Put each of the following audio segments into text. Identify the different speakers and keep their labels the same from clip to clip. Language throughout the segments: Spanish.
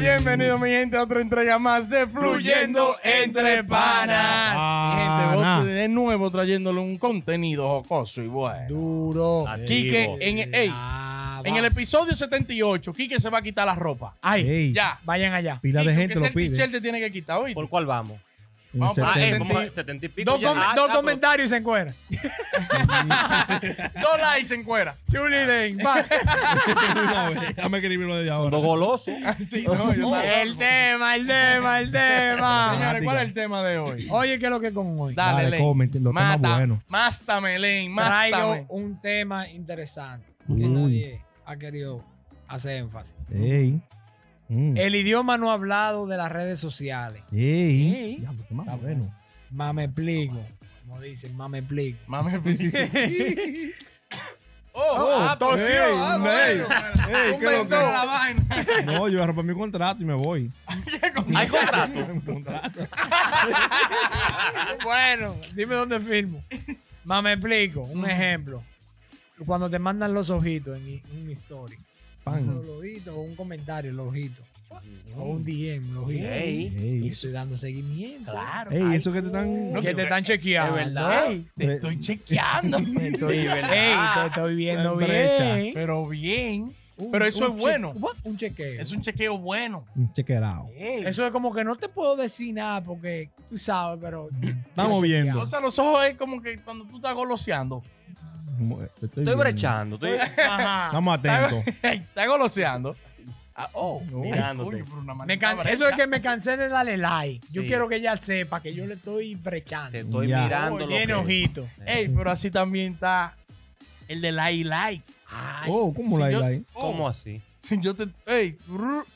Speaker 1: Bienvenido, mi gente, a otra entrega más de Fluyendo Entre Panas. Mi gente, vos de nuevo trayéndole un contenido jocoso y bueno.
Speaker 2: Duro.
Speaker 1: Quique, en, Ah, ey,
Speaker 2: Ah,
Speaker 1: en
Speaker 2: va.
Speaker 1: el episodio 78, Quique se va a quitar la ropa.
Speaker 2: Ay,
Speaker 3: Ey.
Speaker 1: Ya.
Speaker 2: vayan allá.
Speaker 3: Pila Ah, de
Speaker 1: Quique,
Speaker 3: gente
Speaker 1: que
Speaker 3: lo
Speaker 1: ese
Speaker 3: pide.
Speaker 1: t-shirt te tiene que quitar hoy.
Speaker 4: ¿Por cuál vamos?
Speaker 3: En
Speaker 1: Vamos para
Speaker 4: Ah, eh,
Speaker 3: septiembre.
Speaker 4: vamos a 70 y pico.
Speaker 1: Dos
Speaker 4: ya.
Speaker 1: com-
Speaker 4: Ah,
Speaker 2: Dos
Speaker 4: ya,
Speaker 2: comentarios en cuera.
Speaker 1: Dos likes en cuera.
Speaker 2: Julie Lane, va.
Speaker 3: Déjame escribirlo desde
Speaker 4: pero-
Speaker 3: ahora.
Speaker 4: Dos golosos.
Speaker 1: Sí, no, yo estaba-
Speaker 2: El tema, el tema, el tema.
Speaker 1: Señores, ¿cuál es el tema de hoy?
Speaker 2: Oye, ¿qué es lo que con hoy?
Speaker 1: Dale,
Speaker 3: Dale,
Speaker 1: Len.
Speaker 3: comen, los temas
Speaker 1: Mata,
Speaker 3: buenos.
Speaker 1: Mástame, Len,
Speaker 2: Traigo
Speaker 1: mástame.
Speaker 2: un tema interesante
Speaker 3: Uy.
Speaker 2: que nadie ha querido hacer énfasis.
Speaker 3: Ey. Mm.
Speaker 2: El idioma no hablado de las redes sociales.
Speaker 3: Ey.
Speaker 2: Ey.
Speaker 3: Ya, los temas buenos.
Speaker 2: Mame plico. Como dicen, mame plico.
Speaker 1: Mame, Oh, ah,
Speaker 3: tosió,
Speaker 1: tosió, ah,
Speaker 3: ey,
Speaker 1: bueno.
Speaker 3: ey,
Speaker 1: Un
Speaker 3: ¿qué lo
Speaker 1: beso
Speaker 3: que?
Speaker 1: a la vaina.
Speaker 3: No, yo voy a romper mi contrato y me voy.
Speaker 4: Hay contrato.
Speaker 3: Un contrato.
Speaker 2: Bueno, dime dónde firmo. Ma, me explico. Un ejemplo. Cuando te mandan los ojitos en i- un story.
Speaker 3: Pan.
Speaker 2: Los ojitos o un comentario, los ojitos. O un DM, los ojitos.
Speaker 4: Ey.
Speaker 2: Y
Speaker 3: Ey,
Speaker 2: estoy dando seguimiento.
Speaker 4: Claro.
Speaker 3: Ey, eso que te están.
Speaker 1: No,
Speaker 2: que te
Speaker 1: que-
Speaker 2: están chequeando.
Speaker 4: es verdad.
Speaker 1: Ey, te estoy chequeando. Ah,
Speaker 2: Ey, te estoy viendo
Speaker 3: En brecha.
Speaker 2: bien.
Speaker 1: Pero bien.
Speaker 2: Un-
Speaker 1: pero eso es
Speaker 2: un che-
Speaker 1: bueno.
Speaker 2: what? Un chequeo.
Speaker 1: Es un chequeo bueno.
Speaker 3: Un chequerao.
Speaker 2: Eso es como que no te puedo decir nada porque tú sabes, pero.
Speaker 3: Estamos viendo.
Speaker 1: O sea, los ojos es como que cuando tú estás goloseando.
Speaker 4: Estoy brechando. Estoy
Speaker 1: Ajá.
Speaker 3: Estamos atentos.
Speaker 1: estás goloseando. Ah, oh.
Speaker 4: mirándote.
Speaker 1: Coño, pero una
Speaker 2: Me
Speaker 1: maldita
Speaker 2: can-
Speaker 1: brecha.
Speaker 2: Eso es que me cansé de darle like. Yo
Speaker 4: Sí.
Speaker 2: quiero que ella sepa que yo le estoy brechando.
Speaker 4: Te estoy
Speaker 3: Ya.
Speaker 4: mirando. lo
Speaker 2: Tiene
Speaker 4: que-
Speaker 2: ojito.
Speaker 1: Ey, pero así también está el de like, like. Ay,
Speaker 3: Oh, ¿cómo
Speaker 1: si
Speaker 3: la
Speaker 1: yo-
Speaker 3: la- ahí?
Speaker 1: oh,
Speaker 4: ¿Cómo así?
Speaker 1: Yo te. Ey, brr,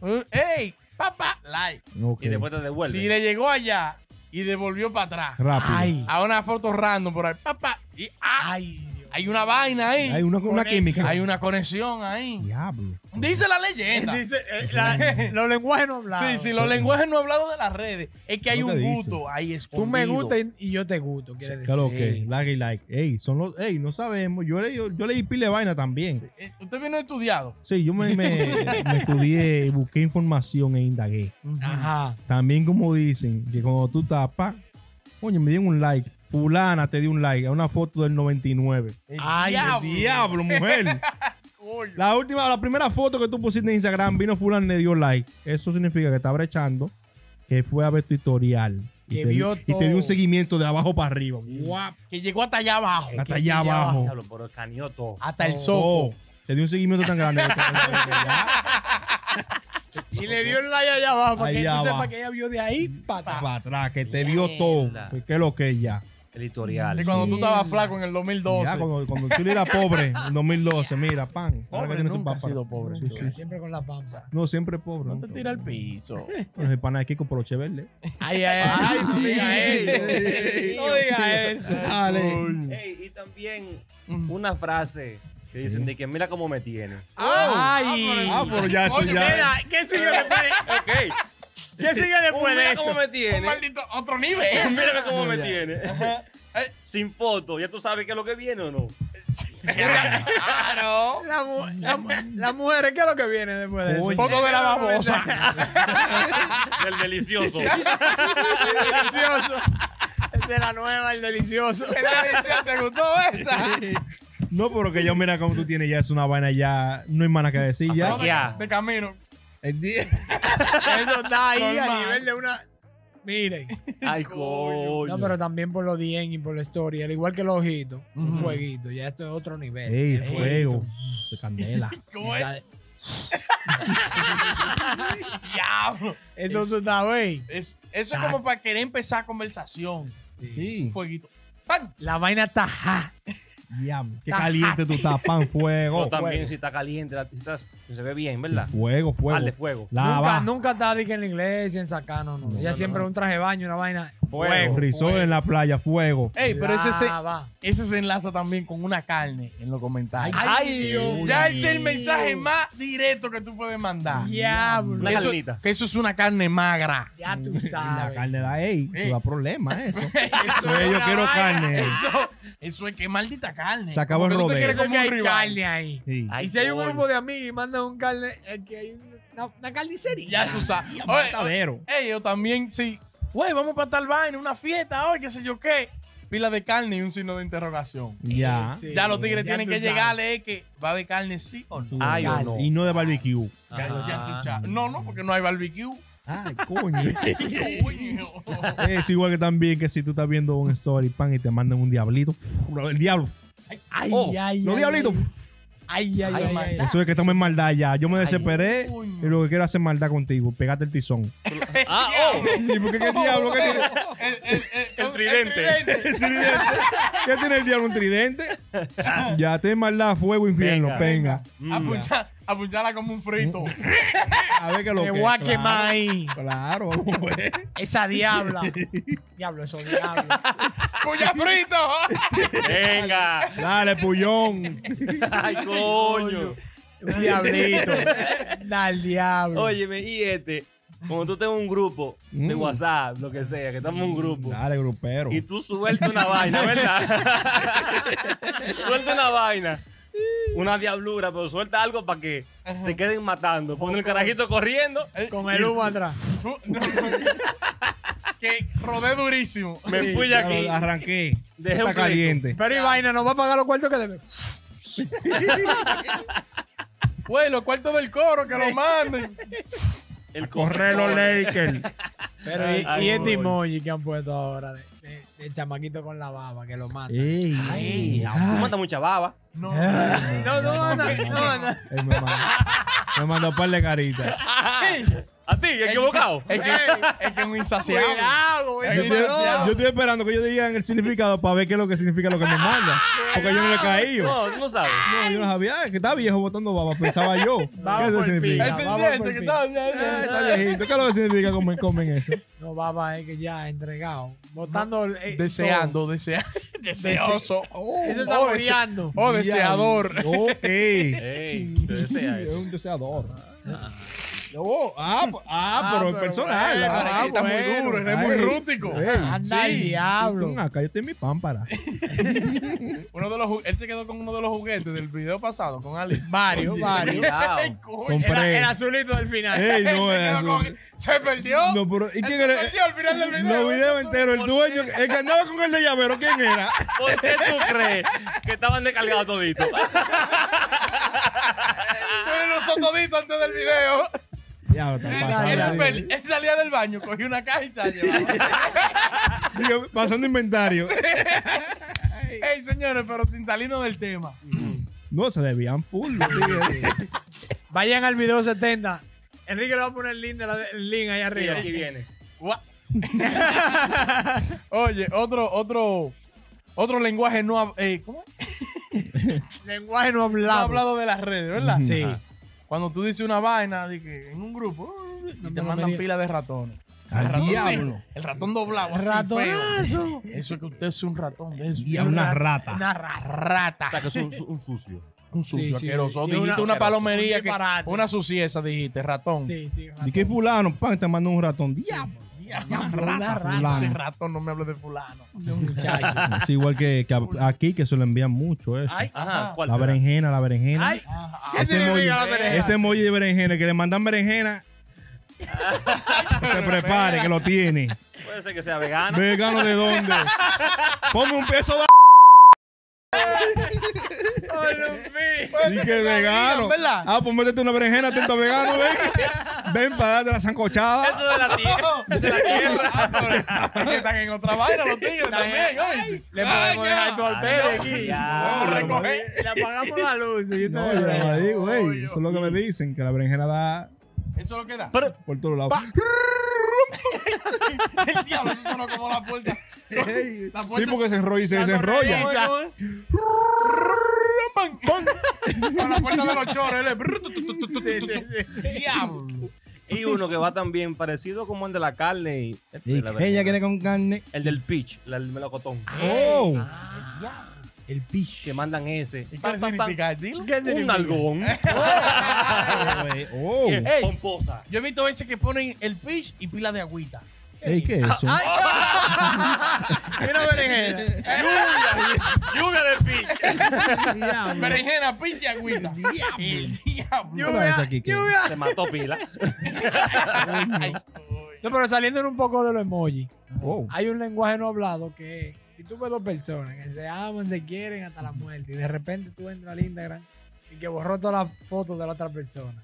Speaker 1: brr, ey, papá, like.
Speaker 3: Ok.
Speaker 4: Y después te devuelve.
Speaker 1: Si le llegó allá y devolvió para atrás
Speaker 3: Rápido.
Speaker 2: Ay,
Speaker 1: a una foto random por ahí, papá, y ah,
Speaker 2: ay, Dios.
Speaker 1: hay una vaina ahí.
Speaker 3: Hay una- una
Speaker 1: Conexión.
Speaker 3: química.
Speaker 1: Hay una conexión ahí.
Speaker 3: Diablo.
Speaker 1: Dice la leyenda.
Speaker 2: Dice, eh, la- los lenguajes no hablan.
Speaker 1: sí, sí, los lenguajes no hablados de las redes. Es que hay
Speaker 3: No te
Speaker 1: un
Speaker 3: dice.
Speaker 1: gusto ahí escondido.
Speaker 2: Tú me gustas y- y yo te gusto, quiere decir.
Speaker 3: Claro que, like y like. Ey, son los. Ey, no sabemos. Yo leí, yo leí pile de vaina también. Sí,
Speaker 1: Eh, Usted vino estudiado.
Speaker 3: yo me, me, me estudié, busqué información e indagué.
Speaker 2: Ajá.
Speaker 3: También, como dicen, que cuando tú tapas, coño, me dieron un like. Fulana te dio un like a una foto del 99.
Speaker 2: Ay,
Speaker 1: diablo.
Speaker 3: Diablo, mujer.
Speaker 1: Coño.
Speaker 3: La última, la primera foto que tú pusiste en Instagram, vino Fulana y le dio like. Eso significa que está brechando, que fue a ver tu historial. Y,
Speaker 2: Que
Speaker 3: te,
Speaker 2: vio
Speaker 3: y te dio
Speaker 2: todo.
Speaker 3: un seguimiento de abajo para arriba. Guap,
Speaker 1: Que llegó hasta allá abajo.
Speaker 3: hasta allá
Speaker 4: Ya,
Speaker 3: abajo.
Speaker 4: diablo, Pero escaneó todo.
Speaker 1: Hasta el soco.
Speaker 3: Oh, te dio un seguimiento tan grande. Ya,
Speaker 2: Y le dio el like allá abajo para que
Speaker 3: oh, Allá
Speaker 2: tú sepas
Speaker 3: abajo.
Speaker 2: que ella vio de ahí para atrás.
Speaker 3: para atrás, que te
Speaker 4: Mierda.
Speaker 3: vio todo. Que es lo que es ya.
Speaker 4: El editorial.
Speaker 1: De cuando tú
Speaker 2: Mierda.
Speaker 1: estabas flaco en el 2012.
Speaker 3: Ya, cuando, cuando tú eras pobre, en 2012, mira, pan. ahora que
Speaker 1: Pobre,
Speaker 3: tienes un
Speaker 1: nunca
Speaker 3: papá.
Speaker 1: has sido pobre.
Speaker 3: Sí, sí.
Speaker 2: Siempre con la pampa.
Speaker 3: No, siempre pobre.
Speaker 1: No te tira al piso.
Speaker 3: Los empanadas de Kiko ¿eh? por los cheverles.
Speaker 2: Ay, ay, ay, no diga
Speaker 3: Ey,
Speaker 2: eso. No diga eso.
Speaker 3: Dale.
Speaker 4: Ey, y también una frase que dicen de que mira cómo me tiene.
Speaker 2: Ay.
Speaker 3: Ah, pero ya eso
Speaker 1: Oye,
Speaker 3: ya.
Speaker 2: Mira, ¿Qué sigue después?
Speaker 4: Ok.
Speaker 2: ¿Qué sigue después de
Speaker 4: mira cómo
Speaker 2: eso?
Speaker 4: me
Speaker 1: Un
Speaker 4: tiene.
Speaker 1: maldito otro nivel.
Speaker 4: Mírame cómo me tiene. Eh, Sin foto, ya tú sabes qué es lo que viene o no.
Speaker 1: Claro.
Speaker 2: La, mu- la, mu- la mujer, ¿qué es lo que viene después de eso?
Speaker 3: Oye.
Speaker 1: Foto de la babosa.
Speaker 4: El delicioso.
Speaker 2: delicioso. Esa es la nueva, el delicioso.
Speaker 1: ¿Te gustó esta?
Speaker 3: No, pero que yo mira cómo tú tienes ya es una vaina ya. No hay más nada que decir ya.
Speaker 4: Ajá. Ya.
Speaker 1: De camino.
Speaker 3: El día-
Speaker 2: Eso está ahí
Speaker 1: Normal.
Speaker 2: a nivel de una. Miren.
Speaker 4: Ay, coño.
Speaker 2: No, pero también por los 10 y por la historia. Al igual que los ojitos, un
Speaker 1: Ujú.
Speaker 2: fueguito. Ya esto es otro nivel.
Speaker 3: Ey,
Speaker 2: El
Speaker 3: fuego. De candela.
Speaker 1: ¿Cómo es?
Speaker 2: Está-
Speaker 1: Diablo.
Speaker 2: Eso tú sabes.
Speaker 1: Es- eso es como para querer empezar conversación.
Speaker 3: Sí.
Speaker 1: Un fueguito. ¡Pam!
Speaker 2: La vaina está ja.
Speaker 3: Diablo, qué caliente tú estás, pan, fuego.
Speaker 4: Pero también
Speaker 3: fuego.
Speaker 4: si está caliente, la- si está- se ve bien, ¿verdad?
Speaker 3: Fuego, fuego.
Speaker 4: Dale fuego.
Speaker 2: Nunca,
Speaker 3: Lava.
Speaker 2: nunca está dije, en la iglesia, en sacano, no. Ella
Speaker 4: no,
Speaker 2: siempre un traje de baño, una vaina.
Speaker 4: Fuego.
Speaker 3: Risol en la playa, fuego.
Speaker 1: Ey, pero ese se,
Speaker 2: Lava.
Speaker 1: ese se enlaza también con una carne en los comentarios.
Speaker 2: Ay, Dios.
Speaker 1: ya es el mensaje más directo que tú puedes mandar.
Speaker 2: Diablo.
Speaker 4: Una
Speaker 1: Que eso,
Speaker 4: carnita.
Speaker 1: que eso es una carne magra.
Speaker 2: Ya tú
Speaker 3: Y la
Speaker 2: sabes.
Speaker 3: carne da, ey, eso da problema eso.
Speaker 1: Eso
Speaker 3: Ey,
Speaker 1: es
Speaker 3: yo
Speaker 1: una
Speaker 3: quiero
Speaker 1: vaina.
Speaker 3: carne.
Speaker 1: Eso, eso es que maldita carne.
Speaker 3: Se acabó el
Speaker 1: Como que tú te
Speaker 3: rodeo.
Speaker 1: quieres
Speaker 2: Como
Speaker 1: comer un
Speaker 2: hay
Speaker 1: rival.
Speaker 2: carne ahí.
Speaker 3: Sí.
Speaker 4: Ay,
Speaker 2: y si hay un
Speaker 4: coño.
Speaker 2: grupo de amigos y mandan un carne, es que hay una, una carnicería.
Speaker 1: Ya tú sabes. Oye, oye,
Speaker 3: Matadero.
Speaker 1: ellos también, sí. Güey, vamos para tal vaina, una fiesta hoy, qué sé yo qué. Pila de carne y un signo de interrogación.
Speaker 3: Ya.
Speaker 2: Sí,
Speaker 1: ya los tigres
Speaker 2: ya
Speaker 1: tienen
Speaker 2: tú
Speaker 1: que
Speaker 2: sabes.
Speaker 1: llegarle eh, que va a haber carne sí o no.
Speaker 4: Ay, o no.
Speaker 3: Y no de barbecue.
Speaker 1: Ya- ya
Speaker 4: Ajá.
Speaker 1: tú sabes. No, no, porque no hay barbecue.
Speaker 3: Ay, coño.
Speaker 1: Coño.
Speaker 3: Es igual que también que si tú estás viendo un story pan y te mandan un diablito. El diablo.
Speaker 2: Ay,
Speaker 4: Oh,
Speaker 2: ay,
Speaker 3: Los
Speaker 2: ay,
Speaker 3: diablitos.
Speaker 2: Ay, ay,
Speaker 1: Ay,
Speaker 2: ay, ay.
Speaker 1: maldad.
Speaker 3: Eso es que estamos en maldad ya. Yo me
Speaker 2: Eh,
Speaker 3: desesperé
Speaker 1: coño.
Speaker 3: y lo que quiero es hacer maldad contigo. Pegate el tizón.
Speaker 4: Ah, oh.
Speaker 3: Sí, porque qué diablo, ¿qué tiene?
Speaker 1: El, el- el- el
Speaker 4: tridente.
Speaker 3: El tridente. ¿Qué tiene el diablo? ¿Un tridente? Ya te maldad, fuego, infierno.
Speaker 4: Venga.
Speaker 3: Venga.
Speaker 4: Mm.
Speaker 1: Apunta- apuntarla como un frito.
Speaker 3: A ver qué lo
Speaker 2: Me
Speaker 3: que
Speaker 2: voy a
Speaker 3: claro,
Speaker 2: quemar ahí.
Speaker 3: Claro, vamos a ver.
Speaker 2: Esa diabla. diablo, eso diablo.
Speaker 1: ¡Cuya frito!
Speaker 4: Venga.
Speaker 3: Dale, pullón.
Speaker 4: Ay, coño.
Speaker 2: Un diablito. Dal diablo.
Speaker 4: Óyeme, y este, cuando tú tengas un grupo de
Speaker 3: Mm.
Speaker 4: WhatsApp, lo que sea, que estamos en un grupo,
Speaker 3: Dale, grupero.
Speaker 4: y tú sueltas una vaina, ¿verdad? suelta una vaina. Una diablura, pero suelta algo para que se queden matando. Pon el carajito corriendo.
Speaker 2: Con el humo atrás.
Speaker 1: No, Eh, no, no. que rodé durísimo.
Speaker 4: Me
Speaker 3: Sí,
Speaker 4: fui de
Speaker 3: ya
Speaker 4: aquí.
Speaker 3: lo Arranqué.
Speaker 4: Dejé
Speaker 3: Está
Speaker 4: un pleito.
Speaker 3: caliente.
Speaker 2: Pero y vaina, nos va a pagar los cuartos que debe.
Speaker 1: Güey, los cuartos del coro que lo manden.
Speaker 4: El
Speaker 3: Corre los Lakers.
Speaker 2: Pero y,
Speaker 4: Ay,
Speaker 2: y este
Speaker 4: ay.
Speaker 2: emoji que han puesto ahora de, de- del chamaquito con la baba que lo mata.
Speaker 3: Ey.
Speaker 4: Ay, tú mata mucha baba.
Speaker 1: No. Ah.
Speaker 2: No, no, Ana, no, Ana.
Speaker 3: Él me mandó, me mandó un par de caritas.
Speaker 4: A ti, equivocado.
Speaker 1: Es que es, que es un insaciable.
Speaker 2: Cuidado, güey.
Speaker 3: Yo
Speaker 1: Ay,
Speaker 3: estoy,
Speaker 1: no.
Speaker 3: yo estoy esperando que ellos digan el significado para ver qué es lo que significa lo que me manda. Porque yo no le he caído.
Speaker 4: No, tú no sabes.
Speaker 3: No, yo no sabía que está viejo botando baba, pensaba yo. ¿Qué
Speaker 2: Vamos
Speaker 3: eso
Speaker 2: por el
Speaker 3: significa?
Speaker 2: pico.
Speaker 1: Ese
Speaker 2: Vamos
Speaker 1: diente
Speaker 2: por
Speaker 1: que
Speaker 2: fin.
Speaker 1: Ah, está.
Speaker 3: Eh, está viejito. ¿Qué es lo que significa comen, comen eso?
Speaker 2: No, baba es que ya entregado. Botando. eh,
Speaker 1: Deseando, deseando. Deseoso.
Speaker 2: todo. Eso está
Speaker 1: Oh,
Speaker 2: muriando.
Speaker 1: O deseador.
Speaker 3: Ok.
Speaker 4: Ey, te desea
Speaker 3: Es
Speaker 4: eso.
Speaker 3: un deseador. Oh, ah, p- ah,
Speaker 2: Ah,
Speaker 3: pero el
Speaker 2: pero
Speaker 3: personal.
Speaker 2: bueno,
Speaker 3: ah,
Speaker 2: pero
Speaker 1: está muy
Speaker 3: bueno.
Speaker 1: duro, eres muy
Speaker 3: Ay,
Speaker 1: rústico.
Speaker 3: ey,
Speaker 2: Anda el
Speaker 3: sí.
Speaker 2: diablo.
Speaker 3: Ven Acá yo estoy en mi pámpara.
Speaker 1: Uno de los, ju- él se quedó con uno de los juguetes del video pasado, con Alice.
Speaker 2: Varios, varios.
Speaker 4: Cuidado.
Speaker 1: Coño,
Speaker 3: Compré.
Speaker 2: azulito del final.
Speaker 3: Ey,
Speaker 1: él
Speaker 3: no,
Speaker 1: se quedó
Speaker 3: eso-
Speaker 1: con- Se perdió.
Speaker 3: No, pero ¿y quién
Speaker 1: se
Speaker 3: era?
Speaker 1: perdió al final del video.
Speaker 3: Los videos enteros, el dueño, el que andaba con el de llavero, ¿quién era?
Speaker 4: ¿Por qué tú crees que estaban descargados toditos?
Speaker 1: Estuvieron sotoditos antes del video.
Speaker 3: Ya, está
Speaker 1: Él,
Speaker 3: pasando,
Speaker 1: él
Speaker 3: sí.
Speaker 1: se perdió. Él salía del baño, cogió una caja y se la llevaba.
Speaker 3: Digo, pasando inventario.
Speaker 1: Ey, señores, pero sin salirnos del tema.
Speaker 3: No, se debían full. los tigres.
Speaker 2: Vayan al video 70. Enrique le va a poner el link, de la- el link ahí
Speaker 4: Sí,
Speaker 2: arriba.
Speaker 4: aquí viene.
Speaker 1: Gua- Oye, otro, otro, otro lenguaje no, hab- eh, ¿cómo es?
Speaker 2: Lenguaje no
Speaker 1: No
Speaker 2: hablado.
Speaker 1: hablado de las redes, ¿verdad?
Speaker 3: Ujú.
Speaker 2: Sí.
Speaker 1: Cuando tú dices una vaina de que en un grupo eh, y
Speaker 2: No
Speaker 1: te
Speaker 2: me lo
Speaker 1: mandan
Speaker 2: mería.
Speaker 1: pila de ratones.
Speaker 3: Al
Speaker 1: ratón
Speaker 3: diablo.
Speaker 1: sí, el ratón doblado, así feo.
Speaker 2: Ratonazo.
Speaker 1: Eso es que usted es un ratón de eso.
Speaker 3: Y a una rata.
Speaker 2: Una rata.
Speaker 4: O sea, que es un, un sucio.
Speaker 1: Un sucio
Speaker 2: Sí, sí.
Speaker 1: asqueroso.
Speaker 2: Y
Speaker 1: dijiste
Speaker 2: una-
Speaker 1: una, palomería,
Speaker 2: un
Speaker 1: que-
Speaker 2: disparate.
Speaker 1: una sucieza, dijiste, ratón.
Speaker 2: Sí, sí.
Speaker 3: ¿Y qué fulano? Pan, te mandó un ratón. Diablo.
Speaker 1: Una
Speaker 2: Una
Speaker 1: rata,
Speaker 2: rata.
Speaker 1: Ese ratón, no me hables de fulano.
Speaker 2: De un muchacho.
Speaker 3: Es igual que, que a- aquí, que se lo envían mucho eso.
Speaker 1: Ay,
Speaker 4: Ajá, ¿cuál
Speaker 3: la
Speaker 4: será?
Speaker 3: berenjena, la berenjena.
Speaker 2: Ay,
Speaker 1: Ajá.
Speaker 2: ¿qué
Speaker 3: ese emoji,
Speaker 2: significa la berenjena?
Speaker 3: ese emoji de berenjena, que le mandan berenjena. se prepare, que lo tiene.
Speaker 4: Puede ser que sea vegano.
Speaker 3: Vegano de dónde. Ponme un peso de.
Speaker 2: Pues,
Speaker 3: Y que vegano.
Speaker 1: ¿verdad?
Speaker 3: Ah, pues métete una berenjena, atento vegano, ven. Ven para darte la
Speaker 4: Eso
Speaker 3: zancochada.
Speaker 4: de la tierra. De la tierra.
Speaker 1: Es Ah, que están en otra vaina los tigres también, oye.
Speaker 2: Le podemos dejar todo al
Speaker 4: Ay,
Speaker 2: pelo aquí.
Speaker 4: ya.
Speaker 1: Vamos a recoger.
Speaker 2: Le apagamos la luz. y yo te
Speaker 3: No,
Speaker 2: digo,
Speaker 3: yo la
Speaker 2: eh,
Speaker 3: digo, güey. Eso es lo que me dicen, que la berenjena da
Speaker 1: Eso es lo que da.
Speaker 4: Pero,
Speaker 3: por todos lados.
Speaker 1: El diablo, eso sonó como la puerta.
Speaker 3: Ey,
Speaker 1: La puerta-
Speaker 3: Sí, porque se enrolla y se
Speaker 2: la
Speaker 3: desenrolla.
Speaker 2: corrediza.
Speaker 1: Juan. Con la puerta de los choros. Él es brr, tu, tu, tu, tu, tu, tu, tu. Diablo.
Speaker 4: Y uno que va también parecido como el de la carne. y- este
Speaker 3: Y
Speaker 4: la verdad.
Speaker 3: ella quiere con carne.
Speaker 4: El del pitch, el del melocotón.
Speaker 3: ¡Oh!
Speaker 2: El pitch.
Speaker 4: Que mandan ese.
Speaker 1: ¿Y
Speaker 4: Pam,
Speaker 1: ¿Qué
Speaker 4: pam, pam.
Speaker 1: significa? Dilo.
Speaker 4: Un algodón.
Speaker 3: güey, ¡Oh!
Speaker 1: Ey.
Speaker 4: Pomposa.
Speaker 1: Yo he visto veces que ponen el pitch y pila de agüita.
Speaker 3: Ey, ¿Qué es eso?
Speaker 1: Mira berenjena. Eh,
Speaker 4: Lluvia de pitch.
Speaker 3: Diablo.
Speaker 1: berenjena, pitch y agüita. El diablo.
Speaker 3: Otra vez aquí, ¿qué?
Speaker 4: Se mató pila.
Speaker 1: Ay,
Speaker 2: No, pero saliendo un poco de los emojis.
Speaker 3: Oh.
Speaker 2: Hay un lenguaje no hablado que si tú ves dos personas que se aman, se quieren hasta la muerte y de repente tú entras al Instagram y que borró todas las fotos de la otra persona.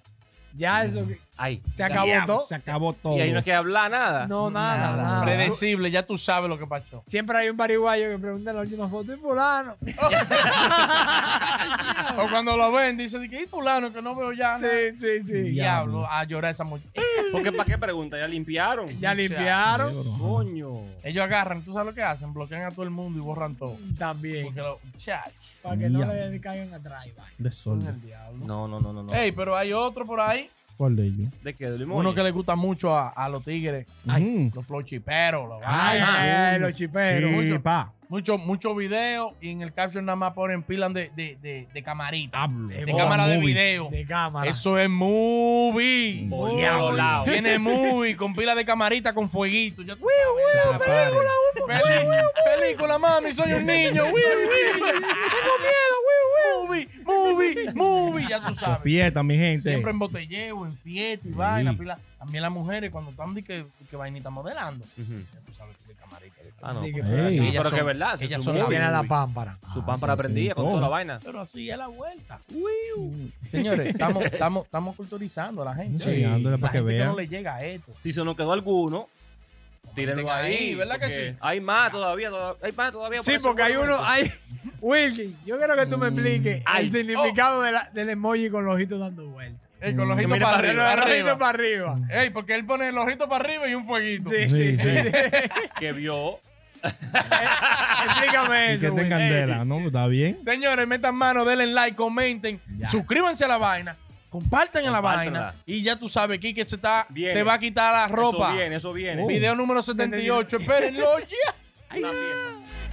Speaker 2: Ya eso que-
Speaker 4: Ahí.
Speaker 2: se acabó
Speaker 3: Diablo,
Speaker 2: todo.
Speaker 3: Se acabó todo.
Speaker 4: Y
Speaker 1: Oh.
Speaker 4: ahí no hay que hablar nada.
Speaker 2: No, nada,
Speaker 3: Nada.
Speaker 2: nada.
Speaker 1: Predecible, ya tú sabes lo que pasó.
Speaker 2: Siempre hay un pariguayo que pregunta en la última foto y fulano.
Speaker 1: O cuando lo ven, dicen que es fulano que no veo ya. nada".
Speaker 2: Sí, sí, sí.
Speaker 1: Diablo, a llorar esa mujer.
Speaker 4: Porque ¿para qué pregunta? Ya limpiaron.
Speaker 2: Ya
Speaker 1: O sea,
Speaker 2: limpiaron
Speaker 3: Coño.
Speaker 4: Coño.
Speaker 1: Ellos agarran, tú sabes lo que hacen, bloquean a todo el mundo y borran todo.
Speaker 2: también.
Speaker 1: Porque lo. Chacho,
Speaker 2: Para que no
Speaker 3: Diablo.
Speaker 2: le caigan atrás. vaya.
Speaker 3: Desorden.
Speaker 1: el diablo.
Speaker 4: No, no, no, no. no.
Speaker 1: Ey, pero hay otro por ahí.
Speaker 3: ¿Cuál de ellos?
Speaker 4: ¿De qué? ¿De limón?
Speaker 1: Uno que le gusta mucho a, a los tigres.
Speaker 3: Mm.
Speaker 1: Los flochiperos, los
Speaker 2: Ay, ay, ay, los chiperos.
Speaker 3: Sí,
Speaker 2: mucho.
Speaker 3: pa.
Speaker 1: Muchos mucho videos y en el caption nada más ponen pilan de, de, de, de camarita.
Speaker 3: Hablo.
Speaker 1: de cámara de video.
Speaker 2: De cámara.
Speaker 1: Eso es movie.
Speaker 4: Por
Speaker 3: Diablo.
Speaker 4: todos lados.
Speaker 1: Viene movie con pila de camarita con fueguito. Ya tú sabes, película, película, película, mami, soy un niño. Wiu, wiu. Tengo miedo. wiu, wiu. Movie, movie, movie. Ya tú sabes.
Speaker 3: Fiesta, mi gente.
Speaker 1: Siempre en botelleo, en fiesta y
Speaker 3: Sí.
Speaker 1: vaina. Pila. También las mujeres cuando están de que, de que vainita modelando.
Speaker 4: Ujú.
Speaker 1: Ya tú sabes que de camarita. de que-
Speaker 4: Ah, no.
Speaker 2: Sí, que-
Speaker 4: pero-
Speaker 3: Ey.
Speaker 4: sí,
Speaker 1: Ellas
Speaker 4: pero que
Speaker 1: son-
Speaker 4: es verdad.
Speaker 1: ellas
Speaker 4: su
Speaker 1: son
Speaker 4: movie.
Speaker 1: las-
Speaker 2: Viene a la pámpara.
Speaker 4: Su pámpara
Speaker 3: Ah,
Speaker 4: prendida con
Speaker 3: todo.
Speaker 4: toda la vaina.
Speaker 1: Pero así es la vuelta. Mm. Señores, estamos, estamos, estamos culturizando a la gente.
Speaker 3: Sí, ándale,
Speaker 1: la
Speaker 3: para que
Speaker 1: gente
Speaker 3: vean.
Speaker 1: no le llega a esto.
Speaker 4: Si se nos quedó alguno, tírenlo
Speaker 1: Mantenga
Speaker 4: ahí.
Speaker 1: ahí, ¿verdad que
Speaker 4: porque
Speaker 1: sí?
Speaker 4: Hay más todavía. toda- Hay más todavía. por
Speaker 2: Sí,
Speaker 4: eso
Speaker 2: porque hay
Speaker 4: bueno,
Speaker 2: uno, hay. Wilkin, yo quiero que tú me expliques
Speaker 4: Ay.
Speaker 2: el significado de la- del emoji con los ojitos dando vueltas.
Speaker 1: Ey, con los ojitos
Speaker 4: Mira
Speaker 1: para
Speaker 4: para
Speaker 1: arriba.
Speaker 2: Los
Speaker 1: arriba.
Speaker 2: ojitos para arriba.
Speaker 1: Ey, porque él pone el ojito para arriba y un fueguito.
Speaker 2: Sí,
Speaker 3: Sí,
Speaker 2: sí, sí.
Speaker 3: sí.
Speaker 4: Que vio.
Speaker 2: Explícame
Speaker 3: Y que
Speaker 2: eso. Wilkin.
Speaker 3: tengan candela, ¿no? Está bien.
Speaker 1: Señores, metan mano, denle like, comenten,
Speaker 3: Ya.
Speaker 1: suscríbanse a la vaina, compartan a la
Speaker 4: Compártanla.
Speaker 1: vaina. Y ya tú sabes, Kike se, está,
Speaker 4: Viene.
Speaker 1: se va a quitar la ropa. Oh.
Speaker 4: Eso viene, eso viene.
Speaker 1: Video número 78, espérenlo ya.
Speaker 4: Una pieza.